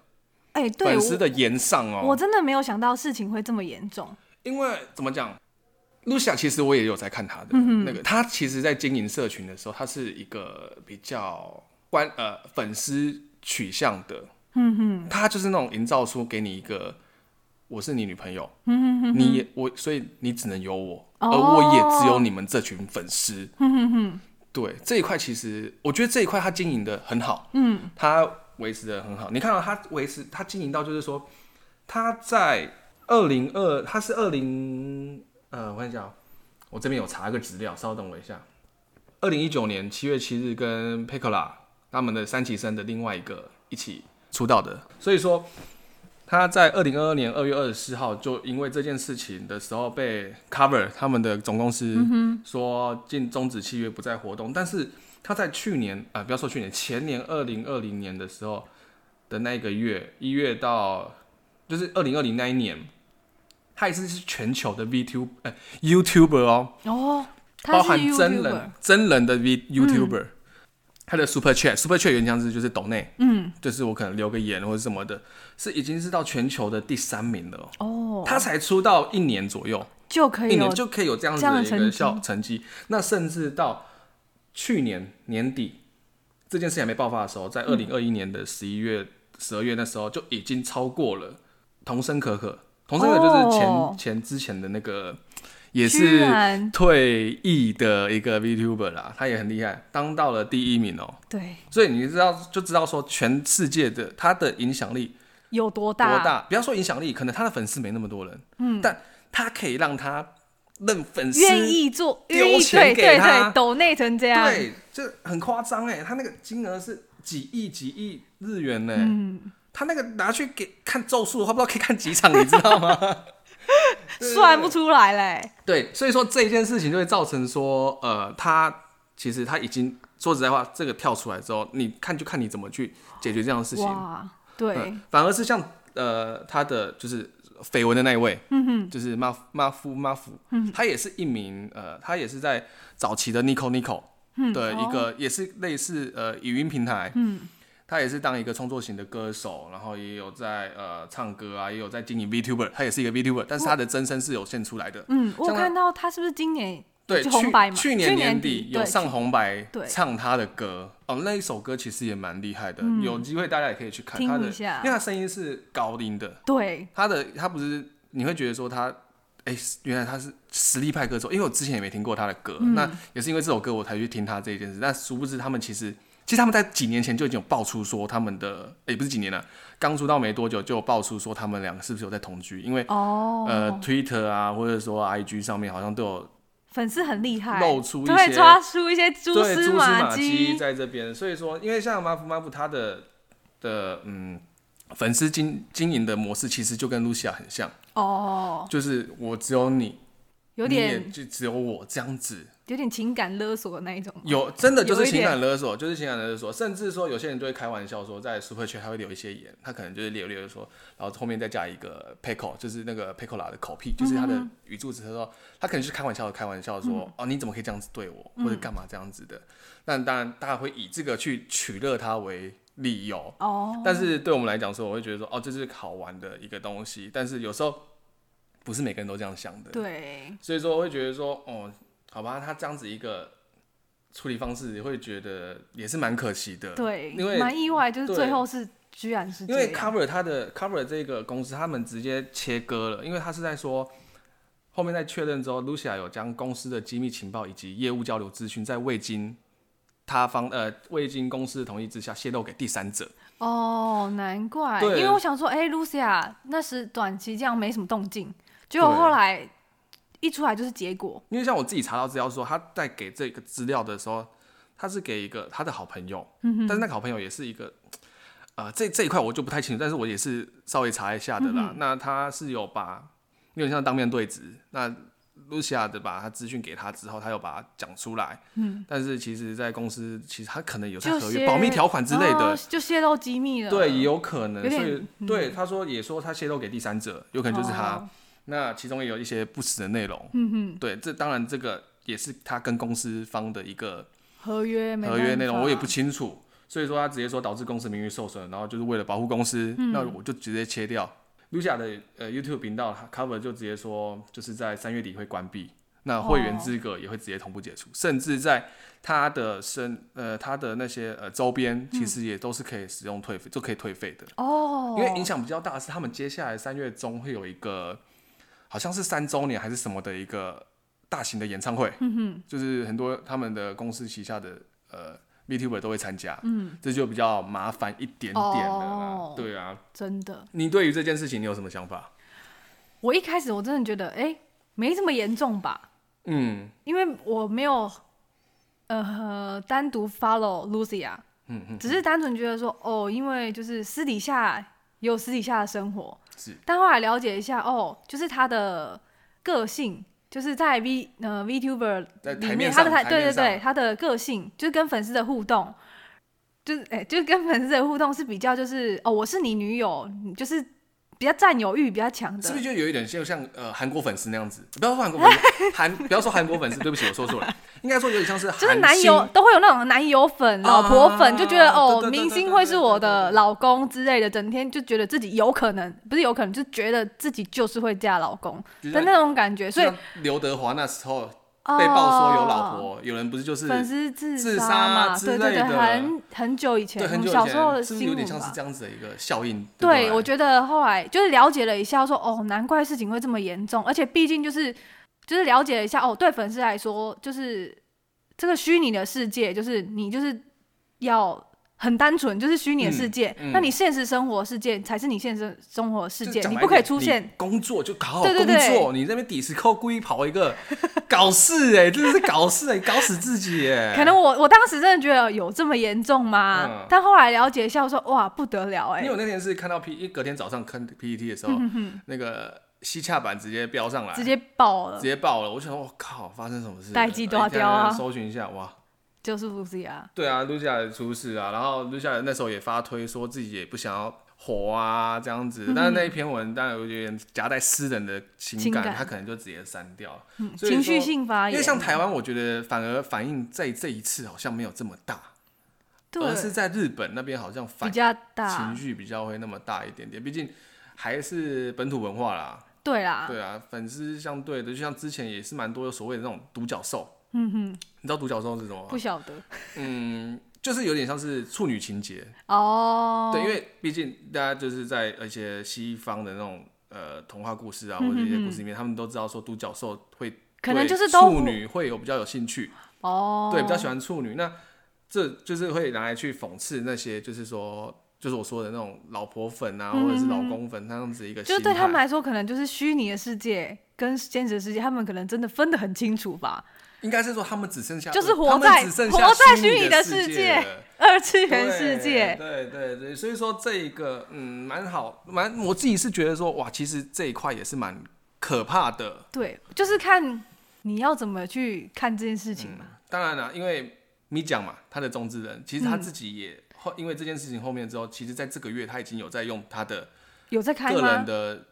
Speaker 1: 哎、对
Speaker 2: 粉丝
Speaker 1: 我，
Speaker 2: 的延上哦。
Speaker 1: 我真的没有想到事情会这么严重。
Speaker 2: 因为怎么讲，露西亚其实我也有在看她的、那个，她其实在经营社群的时候，她是一个比较关呃粉丝取向的，嗯哼，她就是那种营造出给你一个。我是你女朋友，嗯、哼你也我，所以你只能有我，
Speaker 1: 哦
Speaker 2: 而我也只有你们这群粉丝。嗯、哼对这一块，其实我觉得这一块她经营的很好，嗯，她维持的很好。你看到她维持，她经营到就是说，她在二零二，他是二零呃，我看一下哦，我这边有查个资料，稍等我一下。二零一九年七月七日跟 Pecola 他们的三期生的另外一个一起出道的，所以说他在二零二二年二月二十四号就因为这件事情的时候被 Cover 他们的总公司说禁终止契约不再活动，但是他在去年啊、呃不要说去年，前年二零二零年的时候的那一个月，一月到就是二零二零那一年，他也是是全球的 VTuber、呃、YouTuber 哦，
Speaker 1: 哦，他
Speaker 2: 包
Speaker 1: 是
Speaker 2: 含
Speaker 1: YouTuber，嗯
Speaker 2: 真人真人的 V YouTuber，、他的 Super Chat Super Chat 原腔是就是抖内，嗯，就是我可能留个言或者什么的，是已经是到全球的第三名了、哦。
Speaker 1: 哦，
Speaker 2: 他才出道一年左右，
Speaker 1: 就可以
Speaker 2: 一年
Speaker 1: 有
Speaker 2: 哎就可以有这样子
Speaker 1: 哎这样
Speaker 2: 的
Speaker 1: 的
Speaker 2: 一个
Speaker 1: 成绩
Speaker 2: 效成绩。那甚至到去年年底这件事情还没爆发的时候，在
Speaker 1: 嗯
Speaker 2: 二零二一年的十一月、十二月那时候就已经超过了童声可可。童声可可就是前、
Speaker 1: 哦
Speaker 2: 前之前的那个也
Speaker 1: 居
Speaker 2: 是
Speaker 1: 然
Speaker 2: 退役的一个 VTuber 啦，他也很厉害，当到了第一名哦、
Speaker 1: 对
Speaker 2: 所以你知道就知道说全世界的他的影响力
Speaker 1: 有多大？
Speaker 2: 多大？不要说影响力，可能他的粉丝没那么多人，嗯，但他可以让他让粉丝
Speaker 1: 愿意啊做，愿
Speaker 2: 丢
Speaker 1: 意
Speaker 2: 钱
Speaker 1: 对
Speaker 2: 给
Speaker 1: 对
Speaker 2: 他
Speaker 1: 对，抖内成这样，
Speaker 2: 对，这很夸张哎，他那个金额是几亿几亿日元呢、
Speaker 1: 嗯
Speaker 2: 他那个拿去给看咒术的话，不知道可以看几场，你知道吗？
Speaker 1: 算不出来嘞。
Speaker 2: 对，所以说这一件事情就会造成说，呃，他其实他已经说实在话，这个跳出来之后，你看就看你怎么去解决这样的事情。
Speaker 1: 哇，对
Speaker 2: 嗯，反而是像呃他的就是绯闻的那一位，嗯哼，嗯就是马夫马夫马夫，他也是一名呃，他也是在早期的 Nico Nico 的一个、也是类似呃语音平台，哦嗯。他也是当一个创作型的歌手，然后也有在呃唱歌啊，也有在经营 VTuber，他也是一个 VTuber，但是他的真身是有现出来的。
Speaker 1: 嗯，我
Speaker 2: 像他
Speaker 1: 看到他是不是今年
Speaker 2: 对，
Speaker 1: 就
Speaker 2: 去
Speaker 1: 红白嘛
Speaker 2: 去
Speaker 1: 去年
Speaker 2: 年
Speaker 1: 底
Speaker 2: 有
Speaker 1: 对
Speaker 2: 上红白
Speaker 1: 对
Speaker 2: 唱他的歌哦，那一首歌其实也蛮厉害的，有机会大家也可以去
Speaker 1: 嗯
Speaker 2: 看
Speaker 1: 听
Speaker 2: 他的，
Speaker 1: 一下
Speaker 2: 因为他声音是高音的，
Speaker 1: 对，
Speaker 2: 他的他不是你会觉得说他，哎、原来他是实力派歌手，因为我之前也没听过他的歌，
Speaker 1: 嗯
Speaker 2: 那也是因为这首歌我才去听他这一件事。但殊不知他们其实，其实他们在几年前就已经有爆出说他们的，也、不是几年了，刚出道没多久就有爆出说他们两个是不是有在同居，因为、
Speaker 1: 哦，
Speaker 2: 呃 Twitter 啊或者说 IG 上面好像都有
Speaker 1: 粉丝很厉害，
Speaker 2: 露出一
Speaker 1: 对，
Speaker 2: 些
Speaker 1: 抓出一些蛛
Speaker 2: 对蛛
Speaker 1: 丝
Speaker 2: 丝马迹
Speaker 1: 迹，
Speaker 2: 在这边，所以说，因为像马夫马夫他的的嗯粉丝经经营的模式其实就跟露西亚很像。
Speaker 1: 哦，
Speaker 2: 就是我只有你，
Speaker 1: 有
Speaker 2: 你也
Speaker 1: 点
Speaker 2: 就只有我这样子，
Speaker 1: 有点情感勒索的那一种，
Speaker 2: 有真的就是
Speaker 1: 有一
Speaker 2: 情
Speaker 1: 点
Speaker 2: 感勒索，就是情感勒索，甚至说有些人就会开玩笑说，在 Super 圈他会留一些言，他可能就是留留说，然后后面再加一个 pickle，就是那个 pickle 啦的口癖，就是
Speaker 1: 嗯
Speaker 2: 他的语助词，他说他可能是开玩笑的开玩笑说，哦你怎么可以这样子对我，
Speaker 1: 嗯
Speaker 2: 或者干嘛这样子的，那当然大家会以这个去取乐他为理由，
Speaker 1: 哦，
Speaker 2: 但是对我们来讲说，我会觉得说，哦这是好玩的一个东西，但是有时候不是每个人都这样想的，
Speaker 1: 对，
Speaker 2: 所以说我会觉得说，哦，好吧，他这样子一个处理方式，会觉得也是蛮可惜的。
Speaker 1: 对，
Speaker 2: 呃因为
Speaker 1: 蛮意外，就是
Speaker 2: 对
Speaker 1: 最后是居然是
Speaker 2: 因
Speaker 1: 这
Speaker 2: 为
Speaker 1: 样，
Speaker 2: cover 他的 cover 这个公司，他们直接切割了，因为他是在说。后面在确认之后，Lucia 有将公司的机密情报以及业务交流资讯，在未经他方呃未经公司的同意之下泄露给第三者。
Speaker 1: 哦，难怪，因
Speaker 2: 对
Speaker 1: 为我想说，哎、l u c i a 那时短期这样没什么动静，结果
Speaker 2: 对
Speaker 1: 后来一出来就是结果，
Speaker 2: 因为像我自己查到资料说，他在给这个资料的时候，他是给一个他的好朋友，
Speaker 1: 嗯
Speaker 2: 但是那个好朋友也是一个，呃，这这一块我就不太清楚，但是我也是稍微查一下的
Speaker 1: 嗯
Speaker 2: 啦。那他是有把有点像当面对质，那露西亚的把他资讯给他之后，他又把它讲出来，嗯，但是其实，在公司其实他可能有在
Speaker 1: 就
Speaker 2: 合
Speaker 1: 泄
Speaker 2: 约保密条款之类的
Speaker 1: 哦，就泄露机密了，
Speaker 2: 对，也有可能，
Speaker 1: 有
Speaker 2: 所
Speaker 1: 点嗯
Speaker 2: 以对他说也说他泄露给第三者，有可能就是他。
Speaker 1: 哦
Speaker 2: 那其中也有一些不实的内容，
Speaker 1: 嗯
Speaker 2: 对，这当然这个也是他跟公司方的一个
Speaker 1: 合约没
Speaker 2: 合约
Speaker 1: 办
Speaker 2: 内容，
Speaker 1: 法
Speaker 2: 我也不清楚，所以说他直接说导致公司名誉受损，然后就是为了保护公司，
Speaker 1: 嗯
Speaker 2: 那我就直接切掉。Lucia 的呃 YouTube 频道他 Cover 就直接说，就是在三月底会关闭，那会员
Speaker 1: 哦
Speaker 2: 资格也会直接同步解除，甚至在他的身呃他的那些呃周边其实也都是可以使用退费，就可以退费的。
Speaker 1: 哦，
Speaker 2: 因为影响比较大的是，他们接下来三月中会有一个，好像是三周年还是什么的一个大型的演唱会，
Speaker 1: 嗯
Speaker 2: 就是很多他们的公司旗下的呃 VTuber 都会参加，嗯，这就比较麻烦一点点了啦。
Speaker 1: 哦
Speaker 2: 对啊，
Speaker 1: 真的，
Speaker 2: 你对于这件事情你有什么想法？
Speaker 1: 我一开始我真的觉得，哎、没这么严重吧，
Speaker 2: 嗯
Speaker 1: 因为我没有呃单独 follow Lucia，
Speaker 2: 嗯嗯，
Speaker 1: 只是单纯觉得说，哦，因为就是私底下也有私底下的生活，
Speaker 2: 是
Speaker 1: 但后来了解一下，哦，就是他的个性，就是在 V 呃 VTuber
Speaker 2: 在台
Speaker 1: 里
Speaker 2: 面
Speaker 1: 面，他
Speaker 2: 上
Speaker 1: 的台
Speaker 2: 台
Speaker 1: 对
Speaker 2: 面
Speaker 1: 对
Speaker 2: 上
Speaker 1: 对，他的个性就是跟粉丝的互动，就是哎、就是跟粉丝的互动是比较就是哦，我是你女友，就是比较占有欲比较强的，
Speaker 2: 是不是就有一点像像呃韩国粉丝那样子？不要说韩国粉丝，韩不要说韩国粉丝，对不起，我说错了，应该说有点像是
Speaker 1: 就是
Speaker 2: 韩
Speaker 1: 男
Speaker 2: 星哦
Speaker 1: 友都会有那种男友粉、老婆粉，就觉得哦，
Speaker 2: 对对对对
Speaker 1: 明星会是我的老公之类的，整天就觉得自己有可能，不是有可能，就觉得自己就是会嫁老公
Speaker 2: 就
Speaker 1: 的
Speaker 2: 像
Speaker 1: 那种感觉。所以
Speaker 2: 就像刘德华那时候
Speaker 1: 哦
Speaker 2: 被爆说有老婆，有人不是就是
Speaker 1: 粉丝自
Speaker 2: 自杀
Speaker 1: 嘛，
Speaker 2: 之
Speaker 1: 对对
Speaker 2: 类
Speaker 1: 对，
Speaker 2: 的
Speaker 1: 很很久以前，
Speaker 2: 对，
Speaker 1: 我
Speaker 2: 很
Speaker 1: 们
Speaker 2: 久以
Speaker 1: 小
Speaker 2: 前
Speaker 1: 时候的
Speaker 2: 是不是有
Speaker 1: 新
Speaker 2: 点
Speaker 1: 闻
Speaker 2: 像是
Speaker 1: 吧
Speaker 2: 这。样子的一个效应？
Speaker 1: 对，
Speaker 2: 不
Speaker 1: 我觉得后来就是了解了一下说哦，难怪事情会这么严重，而且毕竟就是就是了解了一下哦，对粉丝来说，就是这个虚拟的世界，就是你就是要很单纯，就是虚拟的世界，
Speaker 2: 嗯嗯
Speaker 1: 那你现实生活世界才是你现实生活世界
Speaker 2: 就，讲
Speaker 1: 你
Speaker 2: 白
Speaker 1: 不
Speaker 2: 一
Speaker 1: 可以
Speaker 2: 点嗯
Speaker 1: 出现
Speaker 2: 你工作就好好
Speaker 1: 对
Speaker 2: 工
Speaker 1: 对
Speaker 2: 作，
Speaker 1: 对
Speaker 2: 你那边底时扣故意跑一个搞事哎、真的是搞事哎、搞死自 己哎、
Speaker 1: 可能我我当时真的觉得有这么严重吗？
Speaker 2: 嗯
Speaker 1: 但后来了解一下，我说哇不得了哎、
Speaker 2: 因为我那天是看到 P，因为隔天早上看 PPT 的时候，那个西洽版直接飙上来，
Speaker 1: 嗯直接爆
Speaker 2: 直
Speaker 1: 了，
Speaker 2: 接爆了，我想我靠，发生什么事了？
Speaker 1: 代际大
Speaker 2: 哎等一下
Speaker 1: 雕啊
Speaker 2: 等一下搜寻一下哇。
Speaker 1: 就是不是呀？
Speaker 2: 对啊，露下来出事啊，然后露下来那时候也发推说自己也不想要火啊这样子，但是那一篇文当然有点夹带私人的情
Speaker 1: 嗯情
Speaker 2: 感，
Speaker 1: 感啊
Speaker 2: 他可能就直接删掉了。所
Speaker 1: 嗯
Speaker 2: 以
Speaker 1: 情绪
Speaker 2: 说
Speaker 1: 性发
Speaker 2: 因
Speaker 1: 言，
Speaker 2: 为像台湾，我觉得反而反应在这一次好像没有这么大，
Speaker 1: 对
Speaker 2: 而是在日本那边好像
Speaker 1: 比
Speaker 2: 反
Speaker 1: 较大
Speaker 2: 情绪比较会那么大一点点，毕竟还是本土文化啦。
Speaker 1: 对啦，
Speaker 2: 对啊，粉丝相对的，就像之前也是蛮多有所谓的那种独角兽。嗯哼，你知道独角兽是什么吗
Speaker 1: 不？晓得
Speaker 2: 嗯，就是有点像是处女情节。
Speaker 1: 哦。
Speaker 2: 对，因为毕竟大家就是在一些西方的那种呃童话故事啊，
Speaker 1: 嗯
Speaker 2: 或者一些故事里面，他们都知道说独角兽会
Speaker 1: 可能就
Speaker 2: 对
Speaker 1: 是都
Speaker 2: 处女会有比较有兴趣，
Speaker 1: 哦，
Speaker 2: 对，比较喜欢处女。那这就是会拿来去讽刺那些，就是说，就是我说的那种老婆粉啊，或者是老公粉，那样子一个
Speaker 1: 嗯就是
Speaker 2: 心
Speaker 1: 对他
Speaker 2: 态
Speaker 1: 们。来说，可能就是虚拟的世界跟现实世界，他们可能真的分得很清楚吧。
Speaker 2: 应该是说他们只剩下，呃
Speaker 1: 就是活
Speaker 2: 他们
Speaker 1: 在
Speaker 2: 只剩
Speaker 1: 活
Speaker 2: 下
Speaker 1: 在虚
Speaker 2: 虚
Speaker 1: 拟
Speaker 2: 拟
Speaker 1: 的世
Speaker 2: 世
Speaker 1: 界
Speaker 2: 了
Speaker 1: 二 次元世界，
Speaker 2: 对对对对，所以说这一个嗯，蛮好，蛮我自己是觉得说哇，其实这一块也是蛮可怕的。
Speaker 1: 对，就是看你要怎么去看这件事情嘛。
Speaker 2: 当然了，因为米讲嘛，他的中之人，其实他自己也后、因为这件事情后面之后，其实在这个月他已经有在用他的
Speaker 1: 有在开
Speaker 2: 个人
Speaker 1: 吗？
Speaker 2: 的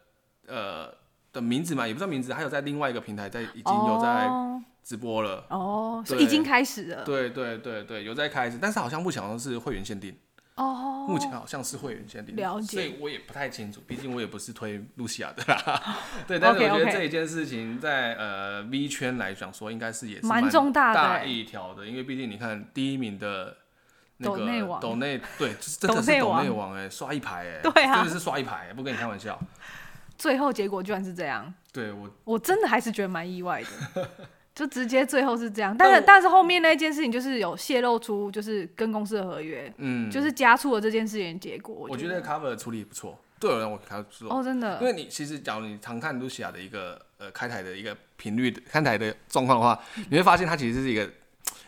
Speaker 2: 呃的名字嘛，也不知道名字，还有在另外一个平台在已经有在
Speaker 1: 哦
Speaker 2: 直播了。
Speaker 1: 哦，是
Speaker 2: 对
Speaker 1: 已经开始了
Speaker 2: 对对对对，有在开始，但是好像目前好像是会员限定。
Speaker 1: 哦。
Speaker 2: 目前好像是会员限定，
Speaker 1: 了解
Speaker 2: 所以我也不太清楚，毕竟我也不是推露西亚的啦。 对，但是我觉
Speaker 1: OK，OK
Speaker 2: 得这一件事情在呃 V 圈来讲说，应该是也是
Speaker 1: 蛮
Speaker 2: 蛮
Speaker 1: 重大的
Speaker 2: 大
Speaker 1: 欸
Speaker 2: 一条的，因为毕竟你看第一名的。那个
Speaker 1: 抖内王
Speaker 2: 抖内对，就是真的是
Speaker 1: 抖内
Speaker 2: 抖
Speaker 1: 王
Speaker 2: 内王哎、刷一排 哎、
Speaker 1: 对啊
Speaker 2: 真的是刷一排、不跟你开玩笑。
Speaker 1: 最后结果居然是这样，
Speaker 2: 对我
Speaker 1: 我真的还是觉得蛮意外的， 就直接最后是这样。
Speaker 2: 但
Speaker 1: 但是
Speaker 2: 我
Speaker 1: 但是后面那件事情就是有泄露出就是跟公司的合约，
Speaker 2: 嗯，
Speaker 1: 就是加速了这件事情的结果。
Speaker 2: 我觉
Speaker 1: 觉
Speaker 2: 得 cover 的处理不错，对我让我 cover 不错，
Speaker 1: 哦，真
Speaker 2: 因
Speaker 1: 的
Speaker 2: 为你其实，假如你常看露西亚的一个呃开台的一个频率的看台的状况的话，
Speaker 1: 嗯
Speaker 2: 你会发现它其实是一个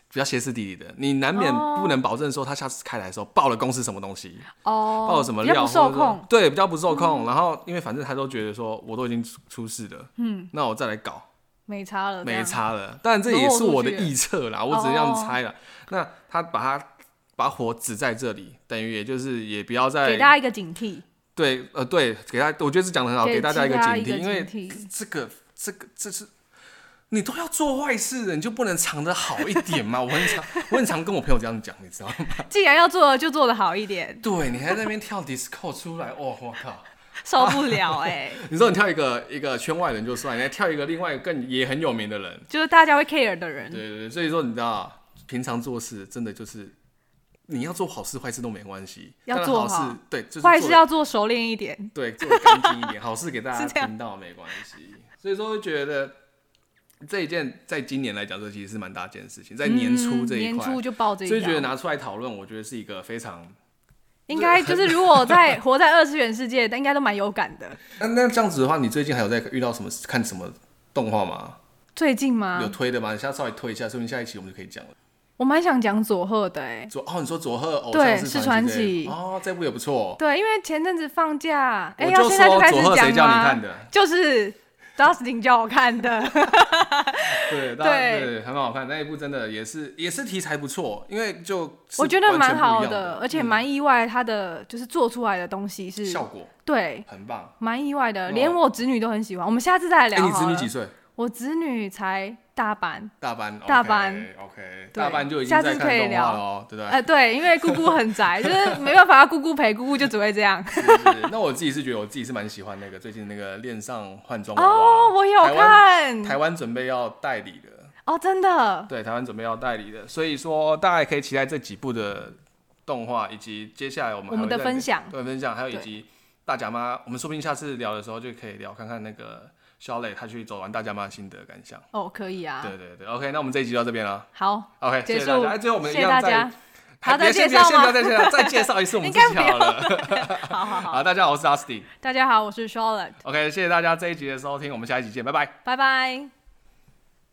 Speaker 2: 比较歇斯底里的，你难免
Speaker 1: 哦
Speaker 2: 不能保证说它下次开台的时候爆了公司什么东西，
Speaker 1: 哦，
Speaker 2: 爆了什么
Speaker 1: 比较
Speaker 2: 料，
Speaker 1: 不受
Speaker 2: 或者说
Speaker 1: 控，嗯
Speaker 2: 对，比较不受控。然后因为反正他都觉得说我都已经出出事了，嗯，那我再来搞
Speaker 1: 没差了，
Speaker 2: 没。差了。当然这也是我的臆测啦，
Speaker 1: 裸
Speaker 2: 我
Speaker 1: 露
Speaker 2: 只
Speaker 1: 出去哦
Speaker 2: 是这样猜了。那他把它把火指在这里，等于也就是也不要再
Speaker 1: 给大家一个警惕，
Speaker 2: 对，呃，对，给大家，我觉得是讲的很好，给大家一个
Speaker 1: 给
Speaker 2: 警
Speaker 1: 大家
Speaker 2: 惕，因为
Speaker 1: 警惕
Speaker 2: 这个这个这是你都要做坏事了，你就不能藏得好一点吗？ 我很常我很常跟我朋友这样讲，你知道吗？
Speaker 1: 既然要做，就做的好一点，
Speaker 2: 对你还在那边跳 disco 出来，哦，我靠！
Speaker 1: 受不 了哎、
Speaker 2: 你说你跳一个一个圈外人就算，你还跳一个另外一个更也很有名的人，
Speaker 1: 就是大家会 care 的
Speaker 2: 对
Speaker 1: 人，
Speaker 2: 对对，所以说你知道，平常做事真的就是你要做好事坏事都没关系，
Speaker 1: 要
Speaker 2: 当然
Speaker 1: 做
Speaker 2: 好
Speaker 1: 好
Speaker 2: 事，对，就是
Speaker 1: 坏
Speaker 2: 做
Speaker 1: 事要做熟练一点，
Speaker 2: 对，做得干净 一点，好事给大
Speaker 1: 是这
Speaker 2: 家
Speaker 1: 样
Speaker 2: 听到没关系。所以说，会觉得这一件在今年来讲，这其实是蛮大件的事情，在年初这
Speaker 1: 嗯
Speaker 2: 一
Speaker 1: 年
Speaker 2: 块，
Speaker 1: 初就报这一
Speaker 2: 所以觉得
Speaker 1: 条，
Speaker 2: 拿出来讨论，我觉得是一个非常……
Speaker 1: 应该就是如果在活在二次元世界，应该都蛮有感的。
Speaker 2: 那那这样子的话，你最近还有在遇到什么看什么动画吗？
Speaker 1: 最近
Speaker 2: 有
Speaker 1: 吗？
Speaker 2: 推的吗？你下次稍微推一下，说明下一期我们就可以讲了。
Speaker 1: 我蛮想讲佐贺的哎、
Speaker 2: 佐哦，你说佐贺偶
Speaker 1: 对
Speaker 2: 像
Speaker 1: 是
Speaker 2: 传
Speaker 1: 传奇
Speaker 2: 这一部哦，这部也不错。
Speaker 1: 对，因为前阵子放假，哎、
Speaker 2: 我
Speaker 1: 要
Speaker 2: 就
Speaker 1: 现在
Speaker 2: 说
Speaker 1: 开始
Speaker 2: 佐贺谁
Speaker 1: 讲
Speaker 2: 叫你
Speaker 1: 吗？
Speaker 2: 看的？
Speaker 1: 就是 Dustin 叫我看的，
Speaker 2: 对，当然
Speaker 1: 对
Speaker 2: 对，很好看。那一部真的也是也是题材不错，因为就
Speaker 1: 我觉得蛮好
Speaker 2: 的，嗯
Speaker 1: 而且蛮意外，他的就是做出来的东西是
Speaker 2: 效果
Speaker 1: 对，
Speaker 2: 很棒。
Speaker 1: 蛮意外的，
Speaker 2: 哦
Speaker 1: 连我侄女都很喜欢。我们下次再来
Speaker 2: 哎、
Speaker 1: 聊
Speaker 2: 你
Speaker 1: 好
Speaker 2: 子
Speaker 1: 了。
Speaker 2: 女几岁？
Speaker 1: 我侄女才大班，
Speaker 2: 大班，
Speaker 1: 大班
Speaker 2: o k
Speaker 1: 对
Speaker 2: 大班就已经
Speaker 1: 下次
Speaker 2: 在看
Speaker 1: 可以
Speaker 2: 动
Speaker 1: 聊
Speaker 2: 画了哦，对不对？
Speaker 1: 呃，对，因为姑姑很宅， 就是没办法，姑姑陪，姑姑就只会这样。
Speaker 2: 是是那我自己是觉得我自己是蛮喜欢那个最近那个恋上换装娃娃，
Speaker 1: 哦，我有
Speaker 2: 台湾
Speaker 1: 看，
Speaker 2: 台湾准备要代理的，
Speaker 1: 哦，真的，
Speaker 2: 对，台湾准备要代理的，所以说大家也可以期待这几部的动画，以及接下来我们
Speaker 1: 我们
Speaker 2: 还会
Speaker 1: 的
Speaker 2: 再
Speaker 1: 分享
Speaker 2: 对分享，还有以
Speaker 1: 对
Speaker 2: 及大甲妈，我们说不定下次聊的时候就可以聊看看那个肖磊他去走完大甲妈的心得感想。
Speaker 1: 哦，可以啊，
Speaker 2: 对对对，OK，那我们这一集就到这边了
Speaker 1: 好，
Speaker 2: ，OK，
Speaker 1: 结
Speaker 2: 谢谢大
Speaker 1: 束
Speaker 2: 家。哎，最后我们一
Speaker 1: 谢谢
Speaker 2: 样
Speaker 1: 大
Speaker 2: 再
Speaker 1: 家，
Speaker 2: 还
Speaker 1: 好再
Speaker 2: 别先
Speaker 1: 介
Speaker 2: 别
Speaker 1: 绍
Speaker 2: 先
Speaker 1: 吗
Speaker 2: 不要再介绍，再介绍一次我们
Speaker 1: 应
Speaker 2: 自
Speaker 1: 该
Speaker 2: 己
Speaker 1: 不
Speaker 2: 好
Speaker 1: 用
Speaker 2: 了。
Speaker 1: 好好好，
Speaker 2: 好，大家好，我是 Dustin。
Speaker 1: 大家好，我是 Charlotte，
Speaker 2: OK，谢谢大家这一集的收听，我们下一集见，拜拜。
Speaker 1: 拜拜。